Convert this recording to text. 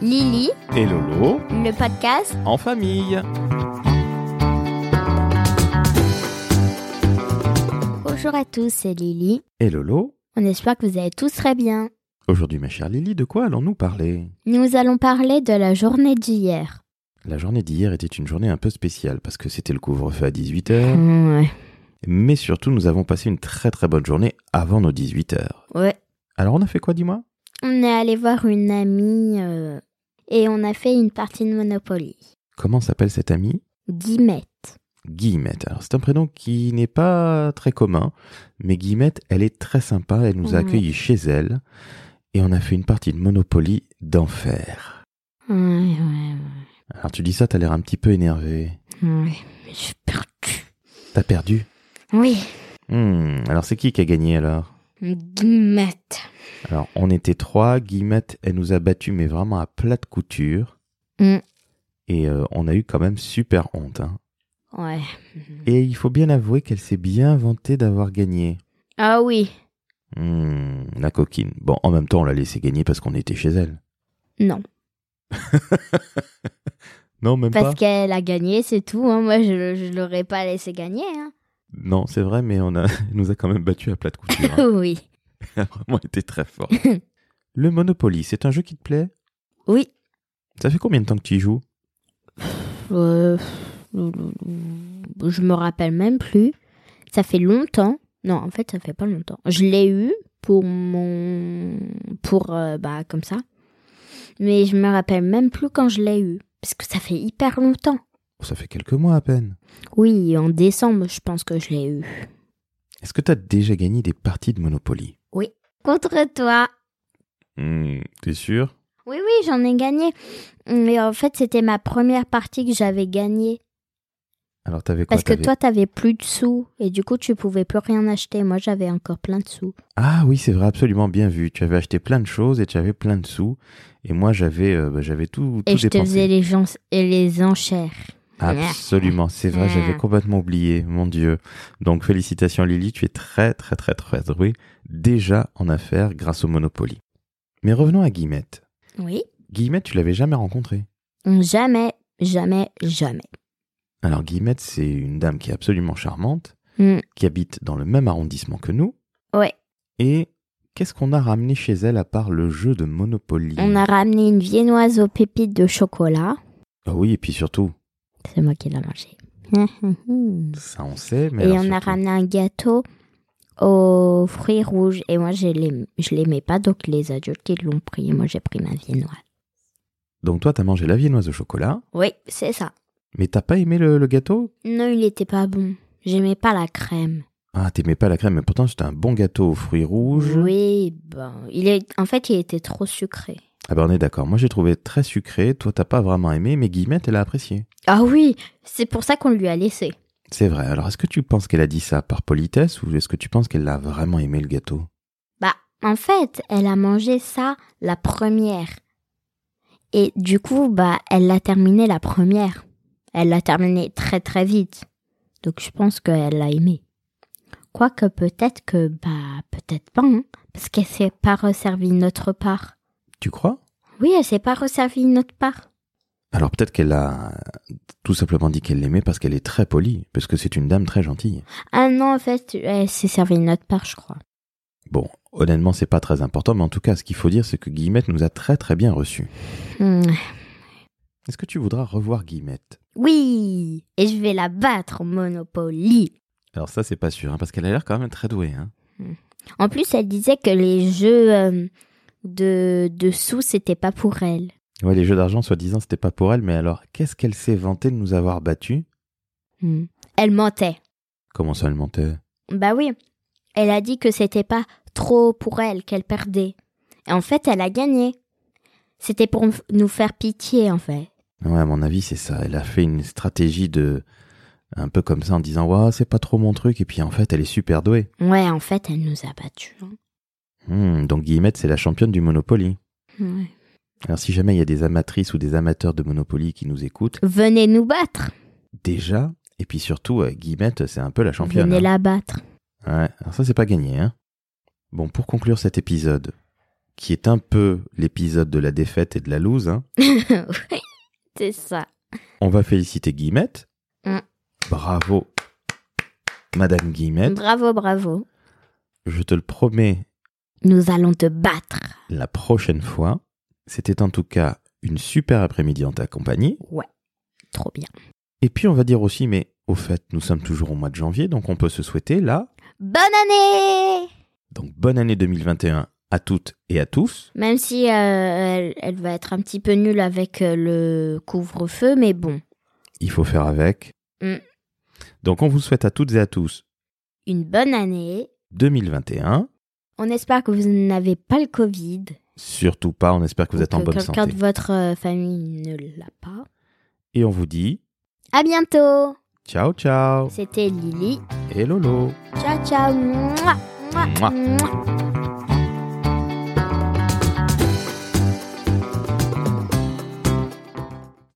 Lily, et Lolo le podcast. en famille. Bonjour à tous, c'est Lily. Et Lolo On espère que vous allez tous très bien. Aujourd'hui, ma chère Lily, de quoi allons-nous parler Nous allons parler de la journée d'hier. La journée d'hier était une journée un peu spéciale parce que c'était le couvre-feu à Mm. 18h, Ouais. mais surtout nous avons passé une très très bonne journée avant nos 18h. Ouais. Alors on a fait quoi, dis-moi On est allé voir une amie euh, et on a fait une partie de Monopoly. Comment s'appelle cette amie Guillemette. Guillemette. Alors c'est un prénom qui n'est pas très commun, mais Guillemette, elle est très sympa, elle nous a Ouais. accueillis chez elle et on a fait une partie de Monopoly d'enfer. Ouais, ouais, Alors tu dis ça, t'as l'air un petit peu énervé. ouais. ouais. Mais j'ai perdu. T'as perdu Oui. Hmm, alors c'est qui qui a gagné alors Guillemette. Alors on était trois, Guillemette, elle nous a battus mais vraiment à plat de couture. Hmm. Et euh, on a eu quand même super honte. hein. Ouais. Et il faut bien avouer qu'elle s'est bien vantée d'avoir gagné. Ah oui. Hmm, la coquine. Bon, en même temps, on l'a laissé gagner parce qu'on était chez elle. Non. Non, même Parce pas. qu'elle a gagné, c'est tout. hein. Moi, je, je l'aurais pas laissé gagner. hein. Non, c'est vrai, mais on a, elle nous a quand même battus à plat de couture. hein. Oui. Elle a vraiment été très forte. Le Monopoly, c'est un jeu qui te plaît Oui. Ça fait combien de temps que tu y joues Euh, je me rappelle même plus. Ça fait longtemps. Non, en fait, ça fait pas longtemps. Je l'ai eu pour mon. Pour. euh, bah, comme ça. Mais je me rappelle même plus quand je l'ai eu. Parce que ça fait hyper longtemps. Oh, Ça fait quelques mois à peine. Oui, en décembre, je pense que je l'ai eu. Est-ce que t'as déjà gagné des parties de Monopoly Contre toi Hmm, T'es sûr Oui, oui, j'en ai gagné. Mais en fait, c'était ma première partie que j'avais gagnée. Alors t'avais quoi Parce que t'avais- toi, t'avais plus de sous. Et du coup, tu pouvais plus rien acheter. Moi, j'avais encore plein de sous. Ah oui, c'est vrai, absolument bien vu. Tu avais acheté plein de choses et tu avais plein de sous. Et moi, j'avais, euh, bah, j'avais tout, Et tout je te dépensé. faisais les, gens, et les enchères. Absolument, c'est vrai, j'avais Ah. complètement oublié, mon Dieu. Donc félicitations Lily, tu es très très très très douée déjà en affaires grâce au Monopoly. Mais revenons à Guillemette. Oui. Guillemette, tu l'avais jamais rencontrée. Jamais, jamais, jamais. Alors Guillemette, c'est une dame qui est absolument charmante, Mm. qui habite dans le même arrondissement que nous. Ouais. Et qu'est-ce qu'on a ramené chez elle à part le jeu de Monopoly On a ramené une viennoise aux pépites de chocolat. Ah oui, et puis surtout, C'est moi qui l'ai mangé. ça on sait, mais et alors on a surtout- ramené un gâteau aux fruits rouges. Et moi, je l'aim- je l'aimais pas, donc les adultes, ils l'ont pris. Moi, j'ai pris ma viennoise. Donc toi, t'as mangé la viennoise au chocolat, Oui, c'est ça. mais t'as pas aimé le- le gâteau Non, il était pas bon. J'aimais pas la crème. Ah, t'aimais pas la crème, mais pourtant c'était un bon gâteau aux fruits rouges. Oui, ben, il est... en fait, il était trop sucré. Ah ben on est d'accord, moi j'ai trouvé très sucré, toi t'as pas vraiment aimé, mais Guillemette elle a apprécié. Ah oui, c'est pour ça qu'on lui a laissé. C'est vrai, alors est-ce que tu penses qu'elle a dit ça par politesse ou est-ce que tu penses qu'elle a vraiment aimé le gâteau Bah, en fait, elle a mangé ça la première. Et du coup, bah, elle l'a terminé la première. Elle l'a terminé très très vite. Donc je pense qu'elle l'a aimé. Quoique peut-être que, bah, peut-être pas, hein, parce qu'elle s'est pas resservie notre part. Tu crois Oui, elle s'est pas resservie notre part. Alors peut-être qu'elle a tout simplement dit qu'elle l'aimait parce qu'elle est très polie, parce que c'est une dame très gentille. Ah non, en fait, elle s'est servie notre part, je crois. Bon, honnêtement c'est pas très important, mais en tout cas ce qu'il faut dire c'est que Guillemette nous a très très bien reçus. Hmm. Est-ce que tu voudras revoir Guillemette Oui, et je vais la battre au Monopoly. Alors ça c'est pas sûr, hein, parce qu'elle a l'air quand même très douée. Hein. En plus, elle disait que les jeux euh, de, de sous, c'était pas pour elle. Ouais, les jeux d'argent, soi-disant, c'était pas pour elle, mais alors, qu'est-ce qu'elle s'est vantée de nous avoir battus Hmm. Elle mentait. Comment ça, elle mentait Bah oui. Elle a dit que c'était pas trop pour elle qu'elle perdait. Et en fait, elle a gagné. C'était pour nous- nous faire pitié, en fait. Ouais, à mon avis, c'est ça. Elle a fait une stratégie de. un peu comme ça, en disant, waouh, c'est pas trop mon truc, et puis en fait, elle est super douée. Ouais, en fait, elle nous a battus. hein. Hmm, donc, Guillemette, c'est la championne du Monopoly. Ouais. Alors, si jamais il y a des amatrices ou des amateurs de Monopoly qui nous écoutent, Venez nous battre. déjà, et puis surtout, euh, Guillemette, c'est un peu la championne. Venez hein. la battre. Ouais, alors ça, c'est pas gagné, hein. Bon, pour conclure cet épisode, qui est un peu l'épisode de la défaite et de la loose, hein, oui, c'est ça. on va féliciter Guillemette. Mm. Bravo, Madame Guillemette. Bravo, bravo. Je te le promets, Nous allons te battre. la prochaine fois. C'était en tout cas une super après-midi en ta compagnie. Ouais, trop bien. Et puis on va dire aussi, mais au fait, nous sommes toujours au mois de janvier, donc on peut se souhaiter là. Bonne année Donc bonne année 2021 à toutes et à tous. Même si euh, elle, elle va être un petit peu nulle avec euh, le couvre-feu, mais bon, Il faut faire avec. Mm. Donc on vous souhaite à toutes et à tous une bonne année. 2021. On espère que vous n'avez pas le Covid. Surtout pas, on espère que vous ou êtes en que bonne quelqu'un santé. de votre euh, famille ne l'a pas. Et on vous dit À bientôt ciao ciao C'était Lily. et Lolo. Ciao, ciao Mouah, mouah, Mouah. mouah.